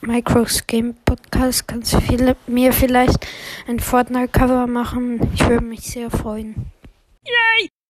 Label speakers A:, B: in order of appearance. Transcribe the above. A: Micros Game Podcast. Kannst du viele, mir vielleicht ein Fortnite-Cover machen? Ich würde mich sehr freuen.